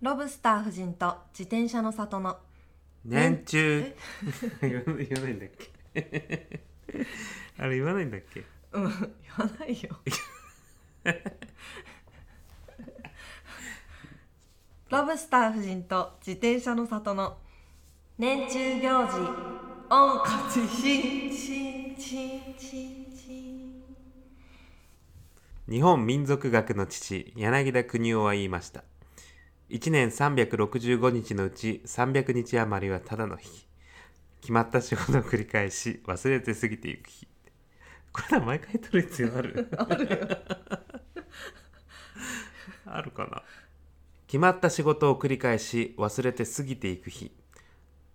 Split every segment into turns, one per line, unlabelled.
ロブスター夫人と自転車の里の
年中 言わない言わないんだっけ あれ言わないんだっけ
うん言わないよロブスター夫人と自転車の里の年中行事御活しんしんしんしんしん
日本民族学の父柳田国夫は言いました1年365日のうち300日余りはただの日決まった仕事を繰り返し忘れて過ぎていく日これは毎回取る必要ある
あるよ
あるかな決まった仕事を繰り返し忘れて過ぎていく日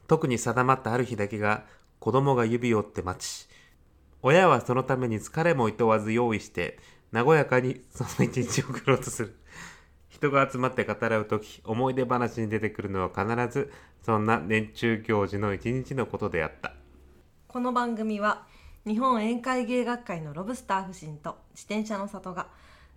特に定まったある日だけが子供が指を折って待ち親はそのために疲れもいとわず用意して和やかにその一日を送ろうとする人が集まって語らう時思い出話に出てくるのは必ずそんな年中行事の一日のことであった
この番組は日本宴会芸学会のロブスター夫人と自転車の里が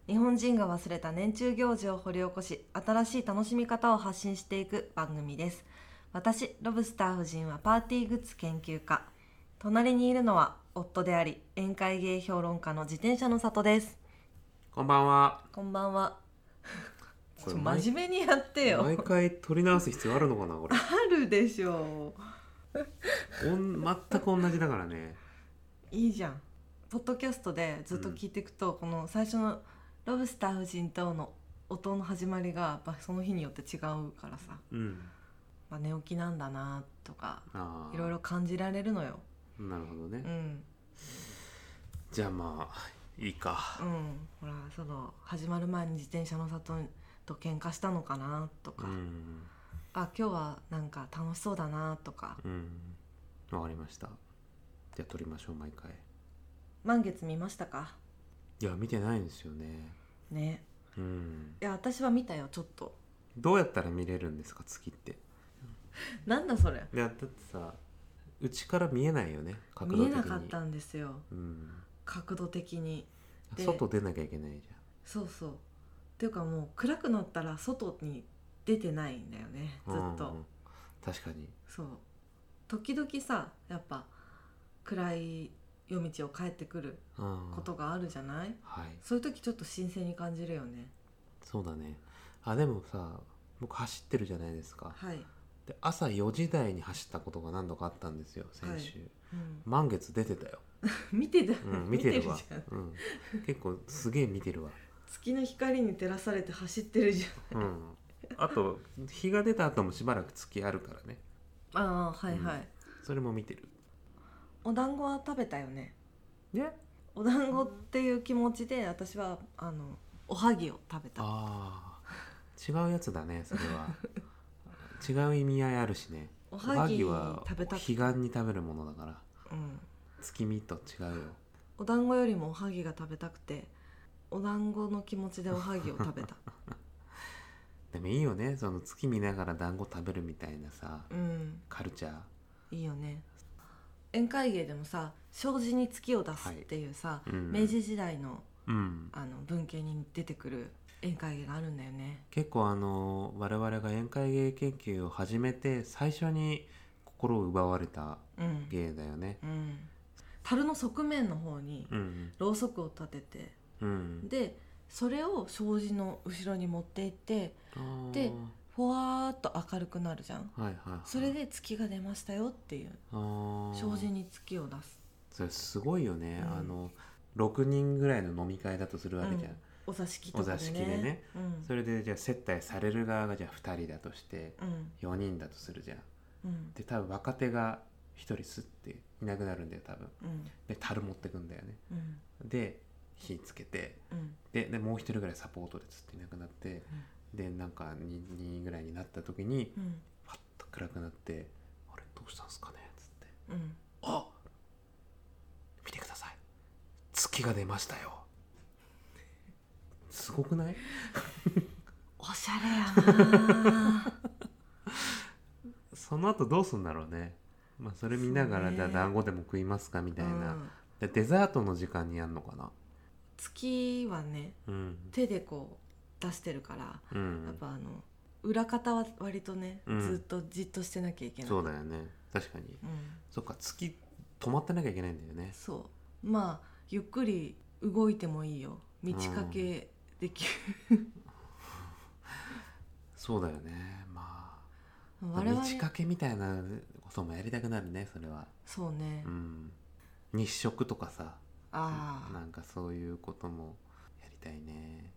日本人が忘れた年中行事を掘り起こし新しい楽しみ方を発信していく番組です私ロブスター夫人はパーティーグッズ研究家隣にいるのは夫であり宴会芸評論家の自転車の里です
こんばんは
こんばんは
こ
ち
れ
ょ真面目にやってよ
毎回取り直す必要あるのかなこれ
あるでしょ
おん全く同じだからね
いいじゃんポッドキャストでずっと聞いていくと、この最初の「ロブスター夫人と」の音の始まりがやっぱその日によって違うからさ、
うん
まあ、寝起きなんだなとか
ああ
いろいろ感じられるのよ
なるほどね、
うん
じゃあまあいいか
うんほらその始まる前に自転車の里と喧嘩したのかなと
う
か、
ん
あ今日はなんか楽しそうだなとか
うんわかりましたじゃあ撮りましょう毎回
満月見ましたか
いや見てないんですよね
ね
うん
いや私は見たよちょっと
どうやったら見れるんですか月って
なんだそれ
いやだってさうちから見えないよね角度
見え
的
な
に
かったんですよ
うん、
角度的にで
外出なきゃいけないじ
そうそうっていうかもう暗くなったら外に出てないんだよね
ゃ
ずっ
ん
と、
うんうん確かに
そう時々さやっぱ暗い夜道を帰ってくる
うん
ことがあるじゃない、
はい
そういう時ちょっと新鮮に感じるよね
そうだねあでもさ僕走ってるじゃないですか
はい、
で朝4時台に走ったことが何度かあったんですよ先週、
うん、
満月出てたよ
見てた、
うん、見てるわ
じゃん、
うん、結構すげえ見てるわ、
月の光に照らされて走ってるじ
うん、あと日が出た後もしばらく月あるからね
ゃんああはいはい、
それも見てる
お団子は食べたよね
ね
お団子っていう気持ちで私はあのおはぎを食べた
あー違うやつだねそれは違う意味合いあるしね
お
お
はぎ
は
食べた
彼岸に食べるものだから
うん
月見と違うよ
お団子よりもおはぎが食べたくてお団子の気持ちでおはぎを食べ た
でもいいよねその月見ながら団子食べるみたいなさ
うん
カルチャー
いいよね宴会芸でもさ障子に月を出すっていうさ、
うん
明治時代の
うん、
あの文献に出てくる宴会芸があるんだよね
結構あの我々が宴会芸研究を始めて最初に心を奪われた
うん、
芸だよね。
うん、樽の側面の方に
うん
ろうそくを立てて
うん、
でそれを障子の後ろに持っていって
あー
でふわーっと明るくなるじゃん
はいはいはい、
それで月が出ましたよっていう
あー
障子に月を出す
それすごいよね、
うん
あの6人ぐらいの飲み会だとするわけじゃん、
うんお座敷とか
お
で
座敷
ね
でね
うん、
それでじゃあ接待される側がじゃあ2人だとして
うん
4人だとするじゃん
うん
で多分若手が1人すっていなくなるんだよ多分
うん
で樽持ってくんだよね
うん
で火つけて
うん
ででもう1人ぐらいサポートでつっていなくなってでなんか 2, 人ぐらいになった時に
うん
パッと暗くなって「あれどうしたんすかね?」っつって
うん
あ見てください月が出ましたよすごくない
おしゃれやなあ
その後どうすんだろうねまあそれ見なが
そう
ら
ね
じゃあ団子でも食いますかみたいな、
うん
でデザートの時間にやんのかな
月はね
うん
手でこう出してるから、
うん
やっぱあの裏方は割とね、
うん
ずっとじっとしてなきゃいけない
そうだよね確かに
うん、
そっか月止まってなきゃいけないんだよね
そうまあゆっくり動いてもいいよ道かけできる、
そうだよねまあ
我
道
々
かけみたいなこともやりたくなるねそれは
そうね、
うん日食とかさ
あ
な
あ
んかそういうこともやりたいね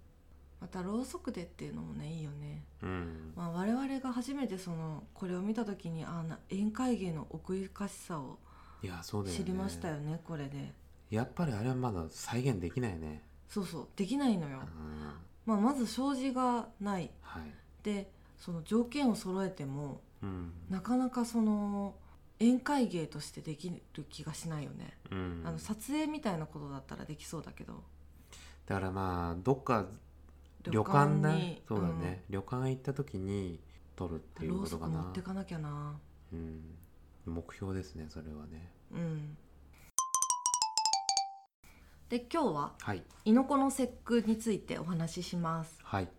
またろうそくでっていうのもねいいよね、
うん
まあ、我々が初めてそのこれを見た時にああな宴会芸の奥ゆかしさを
いやそうだよね
知りましたよねこれで
やっぱりあれはまだ再現できないね
そうそうできないのよ
う、ん
まあ、まず障子がない
はい
でその条件を揃えても
うん
なかなかその宴会芸としてできる気がしないよね、
うん
あの撮影みたいなことだったらできそうだけど
だからまあどっか旅館だ
に
そうだね、旅館行った時に撮るって
うん
いう
ろ
こ
う
と
そ
か
く持
な
ってかなきゃな
うん目標ですねそれはね
うんで今日は
はい
イノコの節句についてお話しします
はい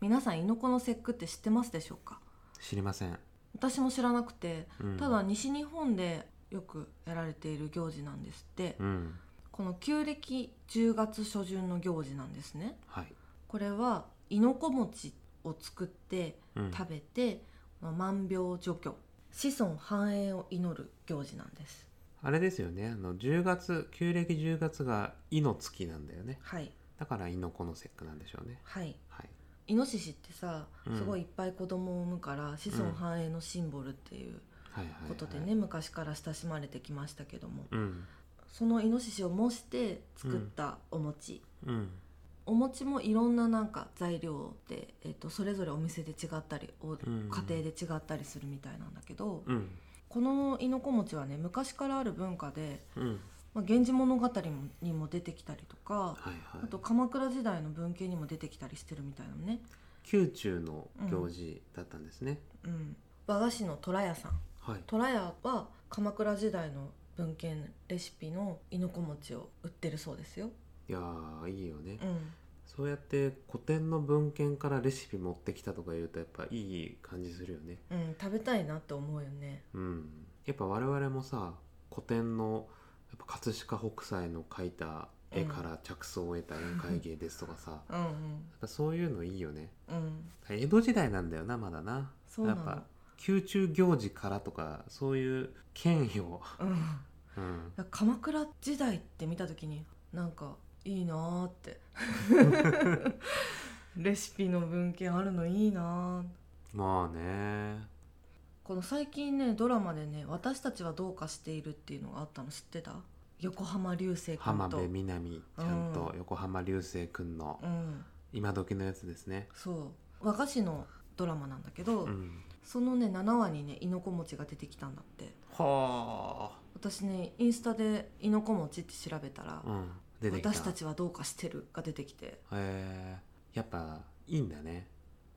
皆さんイノコの節句って知ってますでしょうか
知りません、
私も知らなくて
うん、
ただ西日本でよくやられている行事なんですって、
うん
この旧暦10月初旬の行事なんですね
はい、
これはイノコ餅を作って
うん、
食べて、まあ万病除去子孫繁栄を祈る行事なんです
あれですよねあの10月旧暦10月が「い」の月なんだよね
はい
だから「いのこの節句」なんでしょうね
はい
はい
イノシシってさ、
うん
すごいいっぱい子供を産むから子孫繁栄のシンボルっていう
はいはい、はい、
ことでね、昔から親しまれてきましたけども
うん
そのイノシシを模して作ったお餅、
うん
お餅もいろんななんか材料で、えっとそれぞれお店で違ったりお家
ん
庭で違ったりするみたいなんだけど、
うん
このいのこ餅はね昔からある文化で
うん
まあ、源氏物語にも出てきたりとか、
はいはい
あと鎌倉時代の文献にも出てきたりしてるみたいなのね、
宮中の行事だったんですね、
うん、和菓子の虎屋さん
はい
虎屋は鎌倉時代の文献レシピのいのこ餅を売ってるそうですよ、
いやーいいよね、
うん、
そうやって古典の文献からレシピ持ってきたとか言うとやっぱいい感じするよね
うん、食べたいなって思うよね
うんやっぱ我々もさ古典のやっぱ葛飾北斎の描いた絵から着想を得た宴会芸ですとかさ、
うん
やっぱそういうのいいよね
うんうん
江戸時代なんだよなまだな
そうな
やっぱ
の
宮中行事からとかそういう権威を、
うん、い
うん、
や鎌倉時代って見た時になんかいいなーって レシピの文献あるのいいなーって
まあね
この最近ねドラマでね「私たちはどうかしている」っていうのがあったの知ってた横浜流星君と
浜辺美波ちゃんと
う
横浜流星くんの
うん
今時のやつですね、
そう和菓子のドラマなんだけど、
うん、
そのね7話にねいのこ餅が出てきたんだって
はあ
私ねインスタで「いのこ餅」って調べたら
う
「
ん、出てきた
私たちはどうかしてる」が出てきて
へえやっぱいいんだね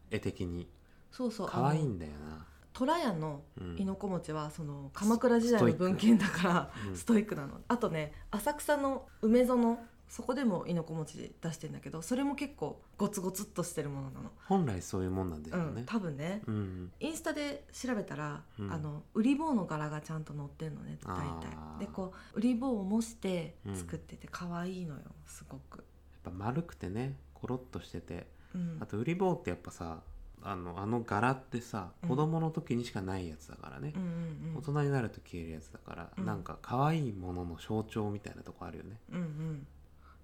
絵的に
そうそう
可愛い
あの
んだよな、
虎屋の
うん、
いのこ餅はその鎌倉時代の文献だから
うん
ストイックなの、あとね浅草の梅園そこでもいのこ餅出してんだけどそれも結構ゴツゴツっとしてるものなの、
本来そういうもんなんですよ
うん
ね、
多分ね
うん
インスタで調べたら、
うん
あの売り棒の柄がちゃんと載ってるのね大体
あー
でこう売り棒を模して作ってて可愛いのよすごく、
やっぱ丸くてねコロッとしてて
うん
あと売り棒ってやっぱさあのあの柄ってさ
うん
子供の時にしかないやつだからね
う、んうんうん
大人になると消えるやつだから、
うん
なんか可愛いものの象徴みたいなとこあるよね
うんうん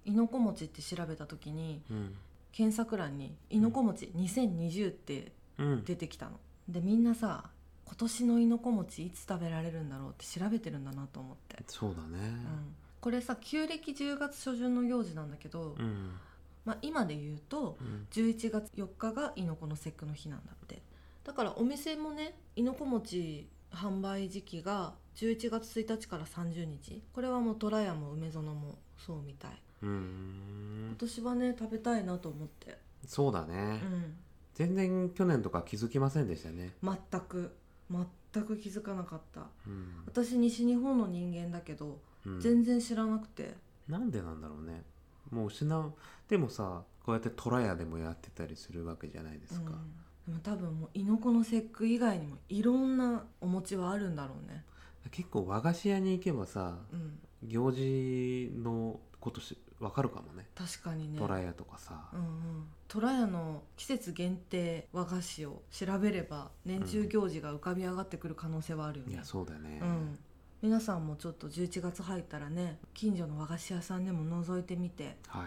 いのこ餅って調べた時に
うん
検索欄に「いのこ餅2020」って
うん
出てきたのでみんなさ今年のいのこ餅いつ食べられるんだろうって調べてるんだなと思って、
そうだね
うん、これさ旧暦10月初旬の行事なんだけど、
うん
まあ、今で言うと
うん
11月4日がいのこの節句の日なんだってだからお店もねいのこ餅販売時期が11月1日から30日これはもう虎屋も梅園もそうみたい
うん、
今年はね食べたいなと思って
そうだね、
うん
全然去年とか気づきませんでしたね、
全く全く気づかなかった
うん
私西日本の人間だけど
うん
全然知らなくて、
なんでなんだろうねもう失うでもさこうやって虎屋でもやってたりするわけじゃないですか、
うんでも多分もう猪子の節句以外にもいろんなお餅はあるんだろうね
結構和菓子屋に行けばさ
うん
行事のことし分かるかもね
確かにね
トラヤとかさ、
うんうん、トラヤの季節限定和菓子を調べれば年中行事が浮かび上がってくる可能性はあるよ
い
ね
や、そうだよね、
うん、皆さんもちょっと11月入ったらね近所の和菓子屋さんでも覗いてみて
は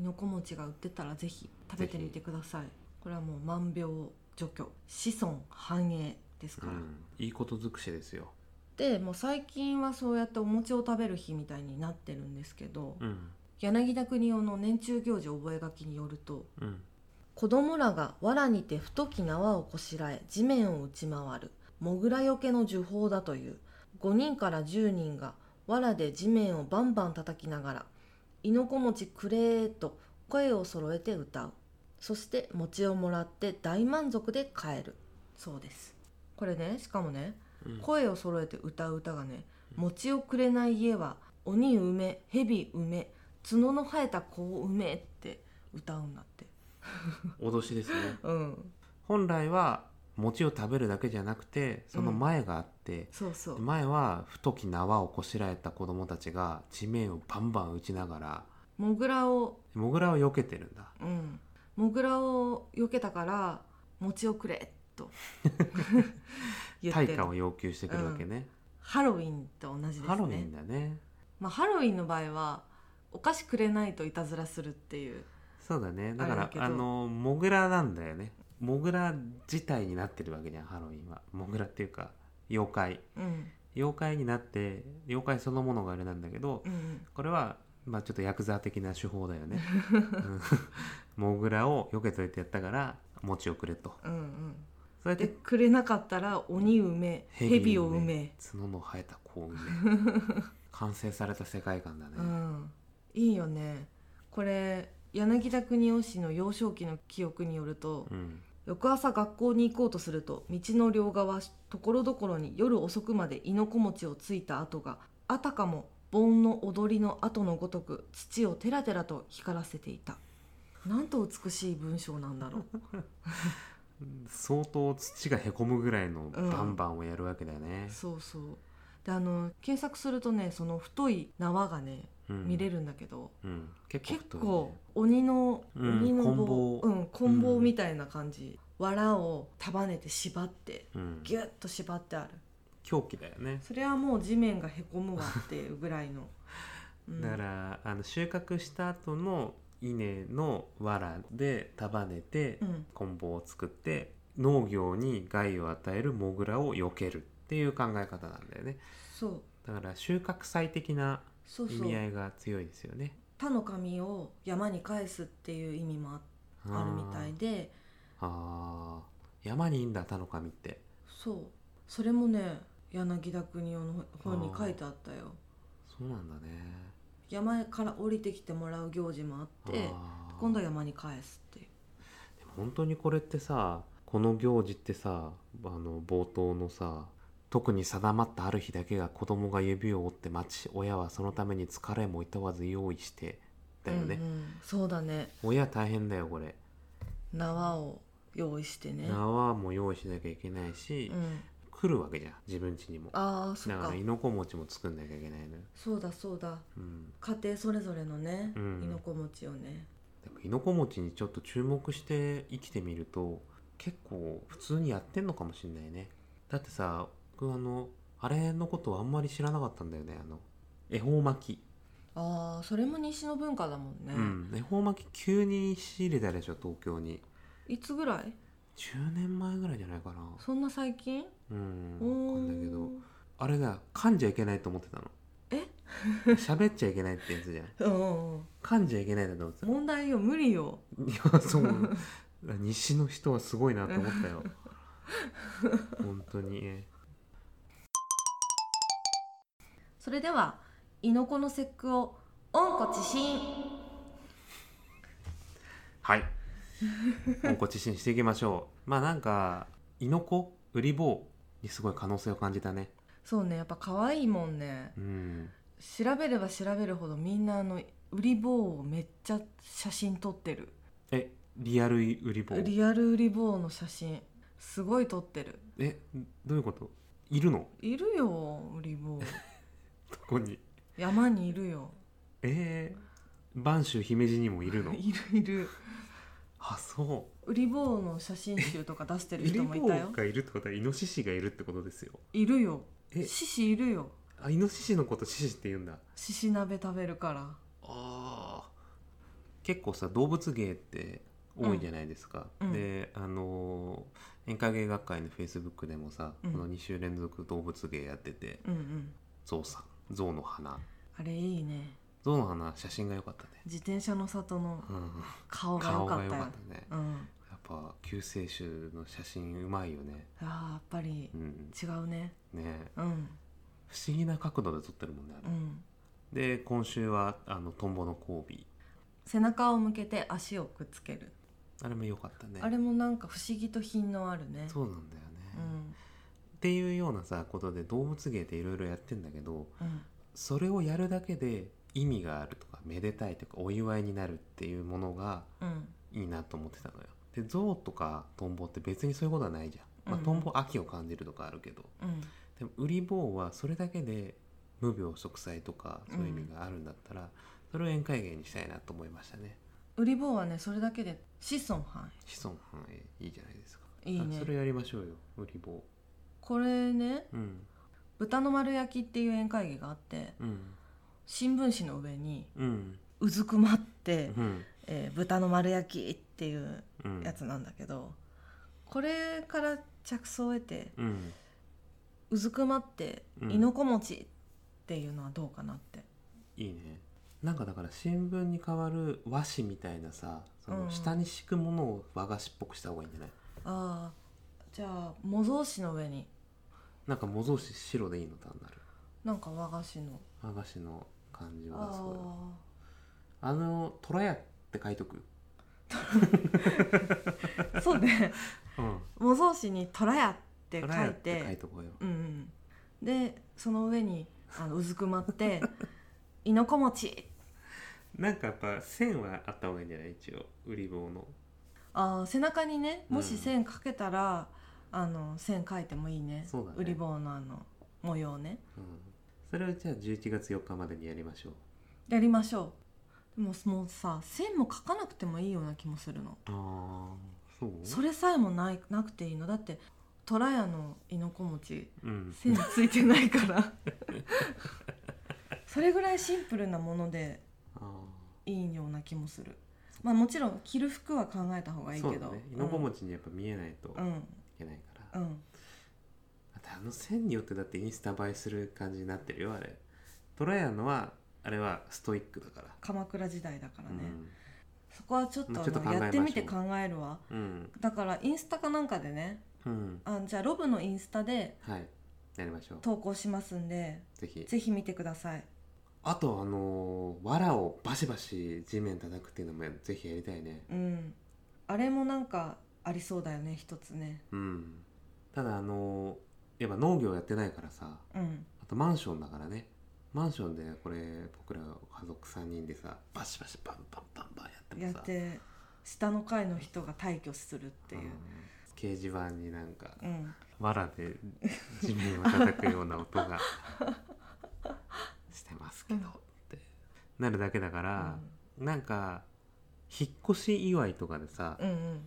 いのこ餅が売ってたらぜひ食べてみてくださいこれはもう万病除去子孫繁栄です
う
から、
ん、いいこと尽くしですよ。
でもう最近はそうやってお餅を食べる日みたいになってるんですけど、
うん、
柳田国男の年中行事覚書によると
うん、
子供らが藁にて太き縄をこしらえ地面を打ち回るモグラよけの呪法だという5人から10人が藁で地面をバンバン叩きながら「いのこ餅くれー」と声を揃えて歌うそして餅をもらって大満足で帰るそうですこれねしかもね
うん
声を揃えて歌う歌がね「餅をくれない家は鬼埋め蛇埋め角の生えた子を埋め」って歌うんだって
脅しですね。
うん
本来は餅を食べるだけじゃなくて、その前があって、
そうそう
前は太き縄をこしらえた子供たちが地面をバンバン打ちながら、
モグラを
モグラを避けてるんだ。
うんモグラを避けたから餅をくれ と言って
対
る
価を要求してくるわけね。
ハロウィンと同じですね
ハロウィンだね。
まあ、ハロウィンの場合はお菓子くれないといたずらするっていう
そうだね。だか
ある
ら
けど
あのモグラなんだよね。モグラ自体になってるわけじゃんハロウィンは。モグラっていうか妖怪。
うん
妖怪になって妖怪そのものがあれなんだけど、
うん
これはまあちょっとヤクザ的な手法だよね、うんモグラを避けといてやったから餅をくれと
うんうん
そうやっ
で
て
くれなかったら鬼埋め蛇を埋め
角の生えた子を埋め完成された世界観だね、
うんいいよねこれ柳田国男氏の幼少期の記憶によると、
うん
翌朝学校に行こうとすると道の両側ところどころに夜遅くまで亥の子餅をついた跡があたかも盆の踊りの跡のごとく土をテラテラと光らせていたなんと美しい文章なんだろう
相当土がへこむぐらい
う
の
ん
バンバンをやるわけだよね、
そうそうであの検索するとねその太い縄がね
うん
見れ、るんだけど、
うん、結構
結
太いね
構鬼の、
うん
鬼の
棍棒
うん棍棒みたいな感じ、藁を束ねて縛って
うん、
ギュッと縛ってある
狂気だよね、
それはもう地面がへこむわっていうぐらい の、うん
だからあの収穫した後の稲の藁で束ねて
うん
棍棒を作って農業に害を与えるモグラを避けるっていう考え方なんだよね
そう
だから収穫祭的な
そう
意
そう
味合いが強いですよね
他の神を山に返すっていう意味もああるみたいで
あー山にいいんだ田の神って
そうそれもね柳田国男の本に書いてあったよ
そうなんだね
山から降りてきてもらう行事もあって
あー
今度は
でも
山に返すっていう
本当にこれってさこの行事ってさあの冒頭のさ特に定まったある日だけが子供が指を折って待ち親はそのために疲れもいとわず用意してだよね、
うんうんそうだね
親大変だよこれ
縄を用意してね
縄も用意しなきゃいけないし、
うん、
来るわけじゃん自分家にも
ああそ
だ
っ
か
から
猪子餅も作んなきゃいけないのよ、
そうだそうだ
うん、
家庭それぞれのね、
うん
いのこ餅をね
でも猪子餅にちょっと注目して生きてみると結構普通にやってんのかもしんないねだってさ僕あのあれのことはあんまり知らなかったんだよねあの恵方巻き、
ああそれも西の文化だもんね、
うん、恵方巻き急に仕入れたでしょ東京に
いつぐらい
10年前ぐらいじゃないかな
そんな最近
うん
お
分かんないけど
ー
あれだ噛んじゃいけないと思ってたの
え
喋っちゃいけないってやつじゃ
う
ん
んうん
噛んじゃいけないんだと思って
問題よ無理よ
たいやそう西の人はすごいなと思っ たよ本当にね
それでは猪子の節句を温故知新
はい温故知新していきましょうまあなんか猪子売り棒にすごい可能性を感じたね
そうねやっぱ可愛いもんね
うん
調べれば調べるほどみんなあの売り棒をめっちゃ写真撮ってる
えリアル売り棒
リアルウリボーの写真すごい撮ってる
えどういうこといるの
いるよウリボー
どこに
山にいるよ
えー、播州姫路に もいるの
いるいる
あそ
ウリボーの写真集とか出して
う
る人もいたよ
がいるってことはイノシシがいるってことですよ
いるよ
え
獅子いるよ
あイノシシのことシシって言うんだ
獅子鍋食べるから
あー結構さ動物芸って多いじゃないですか、
うんうん
であのー演歌芸学会のフェイスブックでもさ、
うん
この2週連続動物芸やってて
うんうん
ゾウさんゾウの花
あれいいね
ゾウの花写真が良かったね、
自転車の里の
うん、
顔が良
顔
か
が
っ
良
たよ
かったね
うん
やっぱ救世主の写真うまいよね
あーやっぱり
うん
違うね
ね
うん
不思議な角度で撮ってるもんね、あ
う
れ
ん
で今週はあのトンボの交尾
背中を向けて足をくっつける
あれも良かったね
あれもなんか不思議と品のあるね
そうなんだよね、
うん
っていうようなさことで動物芸っていろいろやってんだけど
うん
それをやるだけで意味があるとかめでたいとかお祝いになるっていうものが
うん
いいなと思ってたのよ。で象とかトンボって別にそういうことはないじゃん。
う
まあ、
ん
トンボは秋を感じるとかあるけど
うん
でもウリボウはそれだけで無病息災とかそういう意味があるんだったら、それを宴会芸にしたいなと思いましたね。
ウリボーはねそれだけで子孫繁
子孫繁栄いいじゃないですか。
栄いい
あ
ね
それやりましょうよウリボ
これね
ウ。うん
豚の丸焼きっていう宴会議があって
うん
新聞紙の上に
うん
うずくまって、
うん
えー豚の丸焼きっていう
うん
やつなんだけど、これから着想を得て
うん
うずくまって
うん
いのこ餅っていうのはどうかなって、
いいねなんかだから新聞に代わる和紙みたいなさそ
うん
の下に敷くものを和菓子っぽくした方がいいんじゃない
ああじゃあ模造紙の上に
なんか模造紙白でいいの単なる
なんか和菓子の
和菓子の感じがすごい
あ
あの「虎屋」って書いとく
あそうね
うん
模造紙に「虎屋」って書
虎屋
い
って書い
て
とこうよ
うんうん、でその上にあのうずくまって 「いのこ餅
なんかやっぱ線はあった方がいいんじゃない一応売り棒の」
あー背中にねも
う
し
ん
線かけたら、あの線描いてもいいね
そうだね
ウリボウのあの模様ね
うんそれをじゃあ11月4日までにやりましょう
やりましょうでももうさ線も描かなくてもいいような気もするの
ああそう
それさえもないなくていいのだって虎屋のいのこ餅
うん
線ついてないから それぐらいシンプルなもので
あー
いいような気もするまあもちろん着る服は考えた方がいい
そ
け
うだ
ど
ね猪子餅にやっぱ見えないとい
うんうん
けないから、
うん
あとあの線によってだってインスタ映えする感じになってるよあれトラヤのはあれはストイックだから
鎌倉時代だからね、
う
そこはちょっと
まあ
あ
ちょっと考
の
えましょう
やってみて考えるわ
んうん
だからインスタかなんかでね
うん
あじゃあロブのインスタで
はいやりましょう
投稿しますんで
ぜひ
ぜひ見てください
あとあのー、藁をバシバシ地面叩くっていうのもぜひやりたいね
うんあれもなんかありそうだよね一つね
うんただあのー、やっぱ農業やってないからさ
うん
あとマンションだからねマンションでこれ僕ら家族3人でさバシバシバンバンバンバンやって
や
もさ
って下の階の人が退去するっていう
うん掲示板になんか
うん
藁で地面を叩くような音がしてますけどってなるだけだから、なんか引っ越し祝いとかでさ、
うんうん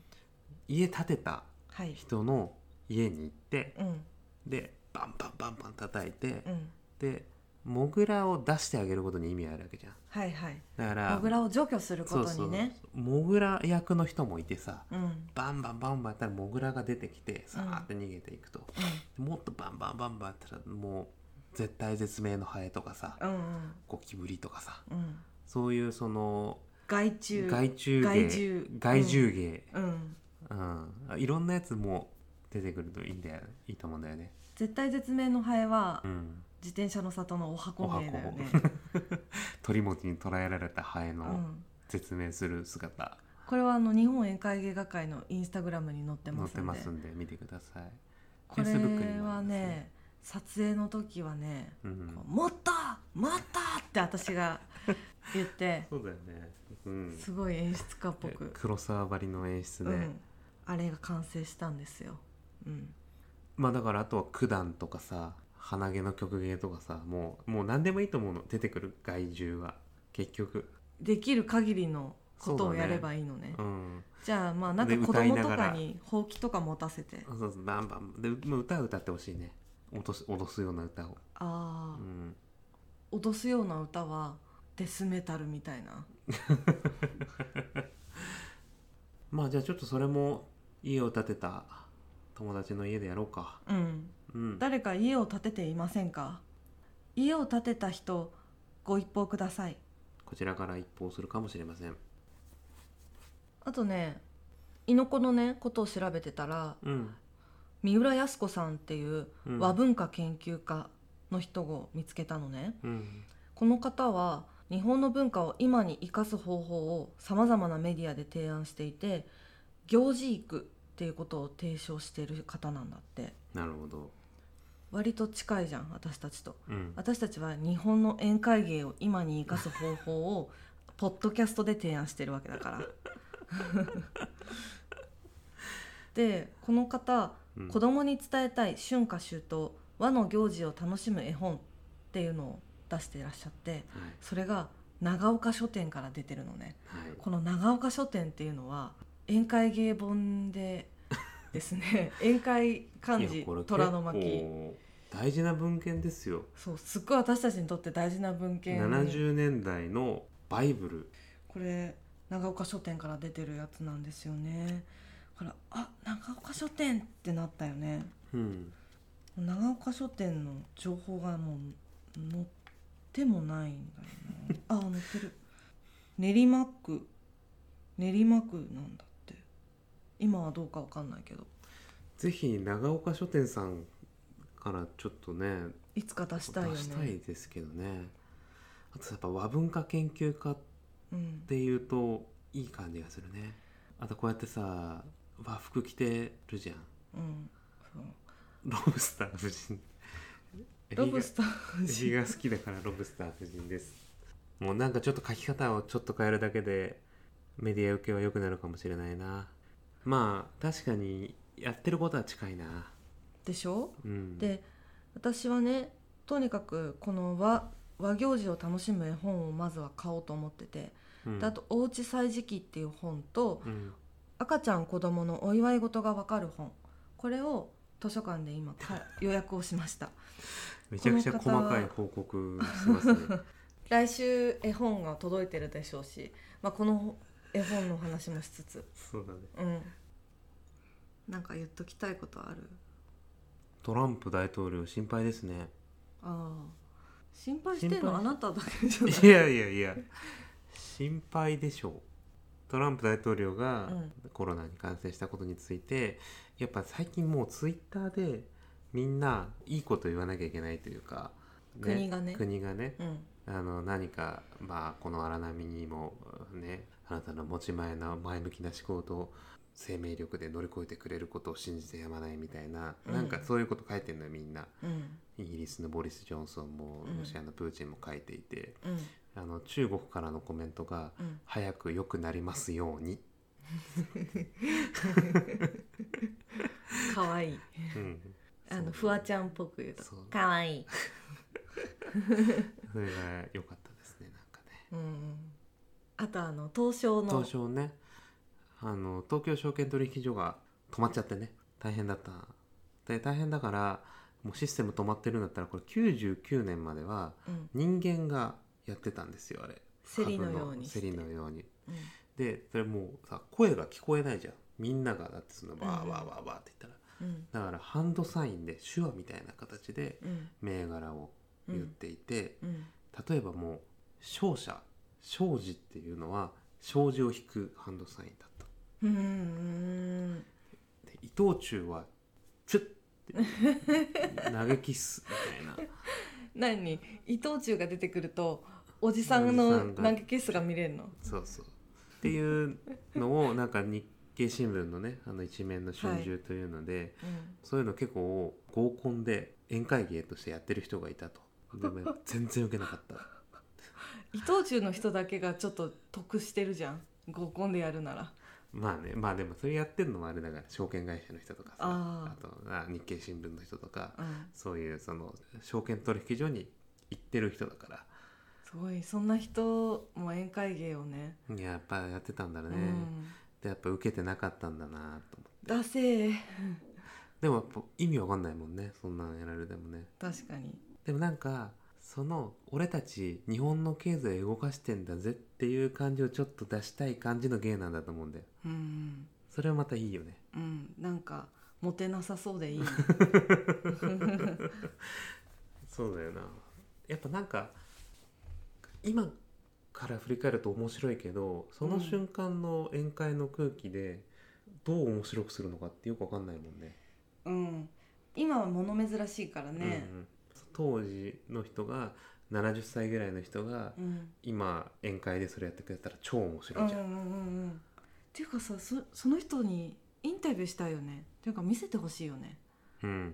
家建てた
はい
人の家に行って
うん
でバンバンバンバン叩いて、
うん
でモグラを出してあげることに意味あるわけじゃん
はいはい
だから
モグラを除去することにね
そうそうモグラ役の人もいてさ
うんうん
バンバンバンバンやったらモグラが出てきてさーって逃げていくと、もっとバンバンバンバンやったらもう絶対絶命のハエとかさ
うんうん
ゴキブリとかさ
うん
そういうその
害虫
害虫芸
害虫
害虫芸、
うん
うんいろんなやつも出てくるといいんだよいいと思うんだよね、
絶対絶命のハエは
うん、
自転車の里のお箱芸だよね、
鳥餅に捕らえられたハエ
う
の
ん、
絶命する姿、
これはあの日本宴会芸学会のインスタグラムに載って
載
ま
っ
すん
て
で
ますんで見てください
これ
Facebook にもあ
は
ります
ね
ね
撮影の時はね「
う
こ
ん
う、もっともっと!」って私が言って
そうだよね、うん、
すごい演出家っぽく、
黒沢張りの演出
う
で、
ん、あれが完成したんですよ。うん
まあだからあとは九段とかさ鼻毛の曲芸とかさもうもう何でもいいと思うの出てくる害獣は結局
できる限りのこと
そ
を
うだね
やればいいのね
うん
じゃあまあなんか
で
子
歌い
供
な
と
がら
かにほうきとか持たせて
そうそうバンバンでもう歌は歌ってほしいね落とす脅すような歌を、
ああ、
うん、
脅すような歌はデスメタルみたいな
まあじゃあちょっとそれも家を建てた友達の家でやろうか
うん
うん
誰か家を建てていませんか家を建てた人ご一報ください
こちらから一報するかもしれません
あとね猪子のねことを調べてたら
うん
三浦靖子さんっていう
うん
和文化研究家の人を見つけたのね、
うん
この方は日本の文化を今に生かす方法をさまざまなメディアで提案していて行事育っていうことを提唱している方なんだって
なるほど
割と近いじゃん私たちと
うん
私たちは日本の宴会芸を今に生かす方法をポッドキャストで提案してるわけだから でこの方
うん
子供に伝えたい春夏秋冬和の行事を楽しむ絵本っていうのを出していらっしゃって
はい
それが長岡書店から出てるのね
はい
この長岡書店っていうのは宴会芸本でです ね宴会漢
い
字
やこれ
虎の巻
結構大事な文献ですよ
そうすっごい私たちにとって大事な文献
70年代のバイブル
これ長岡書店から出てるやつなんですよねだからあ長岡書店ってなったよね
うん
長岡書店の情報がもう載ってもないんだよなあ載ってる練馬区練馬区なんだって今はどうかわかんないけど
ぜひ長岡書店さんからちょっとね
いつか出したいよね
出したいですけどねあとやっぱ和文化研究家っ
うん、
ていうといい感じがするねあとこうやってさ和服着てるじゃん
うん、そう
ロブスター夫人
ロブスター
エビがエビが好きだからロブスター夫人ですもうなんかちょっと書き方をちょっと変えるだけでメディア受けは良くなるかもしれないなまあ確かにやってることは近いな
でしょ
うん
で私はねとにかくこの和和行事を楽しむ絵本をまずは買おうと思ってて、
うん
であと「おうち歳時記」っていう本と
うん
赤ちゃん子供のお祝い事がわかる本これを図書館で今か予約をしました
めちゃくちゃ
この方は
細かい報告してますね
来週絵本が届いてるでしょうし、まあ、この絵本の話もしつつ
そうだね
うんなんか言っときたいことある
トランプ大統領心配ですね
ああ心配してん
心
の
配
あなただけじゃない
いやいやいや心配でしょうトランプ大統領が
うん
コロナに感染したことについて、やっぱ最近もうツイッターでみんないいこと言わなきゃいけないというか、
国がね
国がね
うん
あの何か、まあ、この荒波にもねあなたの持ち前の前向きな思考と生命力で乗り越えてくれることを信じてやまないみたいな、
うん
なんかそういうこと書いてるのよみんな。
うん
イギリスのボリス・ジョンソンも
うん
ロシアのプーチンも書いていて、
うん
あの中国からのコメントが
うん
「早く良くなりますように
かわいい」
うん
あ
そう
のフワちゃんっぽく言うと
そう
かわいい、
それが良かったですねなんかね
うんうん、あとあの東証の
東証ねあの東京証券取引所が止まっちゃってね大変だったで大変だからもうシステム止まってるんだったらこれ99年までは
うん
人間がやってたんですよあれ
競りのようにして
セリのように
うん
でそれもうさ声が聞こえないじゃんみんながだってそのバーバーバーバーって言った
うん
ら、だからハンドサインで手話みたいな形で
うん
銘柄を言っていて、
うん
例えばもう勝者勝事っていうのは障子を引くハンドサインだった
うんうん
で伊藤忠はチュッて嘆きっすみたいな
何伊藤忠が出てくるとおじさんの
おじさんが
投げキスが見れるの
そうそうっていうのをなんかに経新聞のねあの一面の春秋というので、
うん
そういうの結構合コンで宴会芸としてやってる人がいたとでも全然受けなかった
伊藤忠の人だけがちょっと得してるじゃん合コンでやるなら
まあねまあでもそれやってるのもあれだから証券会社の人とかさ
あ
とあ日経新聞の人とか
うん
そういうその証券取引所に行ってる人だか
すごいそんな人も宴会芸をね
らいややっぱやってたんだね、
うん
でやっぱ受けてなかったんだなと思って
だせー
でもやっぱ意味わかんないもんねそんなのやられてもね
確かに
でもなんかその俺たち日本の経済動かしてんだぜっていう感じをちょっと出したい感じの芸なんだと思うんだよ
うん
それはまたいいよね
うんなんかモテなさそうで いいね
そうだよなやっぱなんか今から振り返ると面白いけどその瞬間の宴会の空気でどう面白くするのかってよくわかんないもんね
うん今は物珍しいからね
うんうん当時の人が70歳ぐらいの人が
うん
今宴会でそれやってくれたら超面
うんう
白
ん
いじ
う
ゃん、
んうんっていうかさそその人にインタビューしたいよねっていうか見せてほしいよね
うん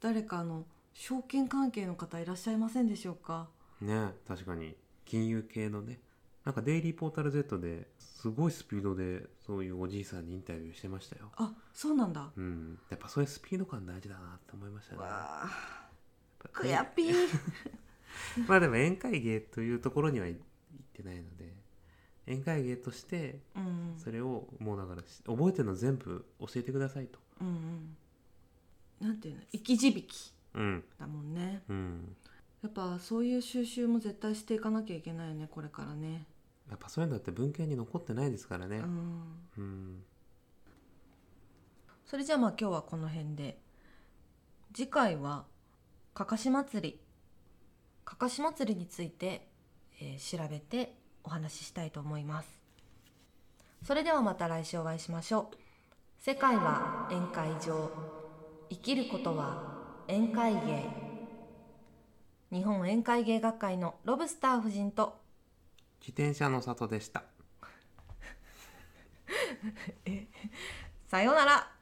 誰かあの証券関係の方いらっしゃいませんでしょうか
ね確かに金融系のねなんかデイリーポータル Z ですごいスピードでそういうおじいさんにインタビューしてましたよ
あそうなんだ
うんやっぱそういうスピード感大事だなって思いましたねやっ
わあ
ぱ
くやぴー
まあでも宴会芸というところにはい行ってないので宴会芸として
うん
それをもうだからし覚えてるの全部教えてくださいと
うんうんなんていうの生き字引
うん
だもんね
うん
やっぱそういう収集も絶対していかなきゃいけないよねこれからね
やっぱそういうのだって文献に残ってないですから
う
ね
ん
うん
それじゃあまあ今日はこの辺で次回はかかし祭りかかし祭りについて、えー調べてお話ししたいと思いますそれではまた来週お会いしましょう世界は宴会場生きることは宴会芸日本宴会芸学会のロブスター夫人と
自転車の里でした
さようなら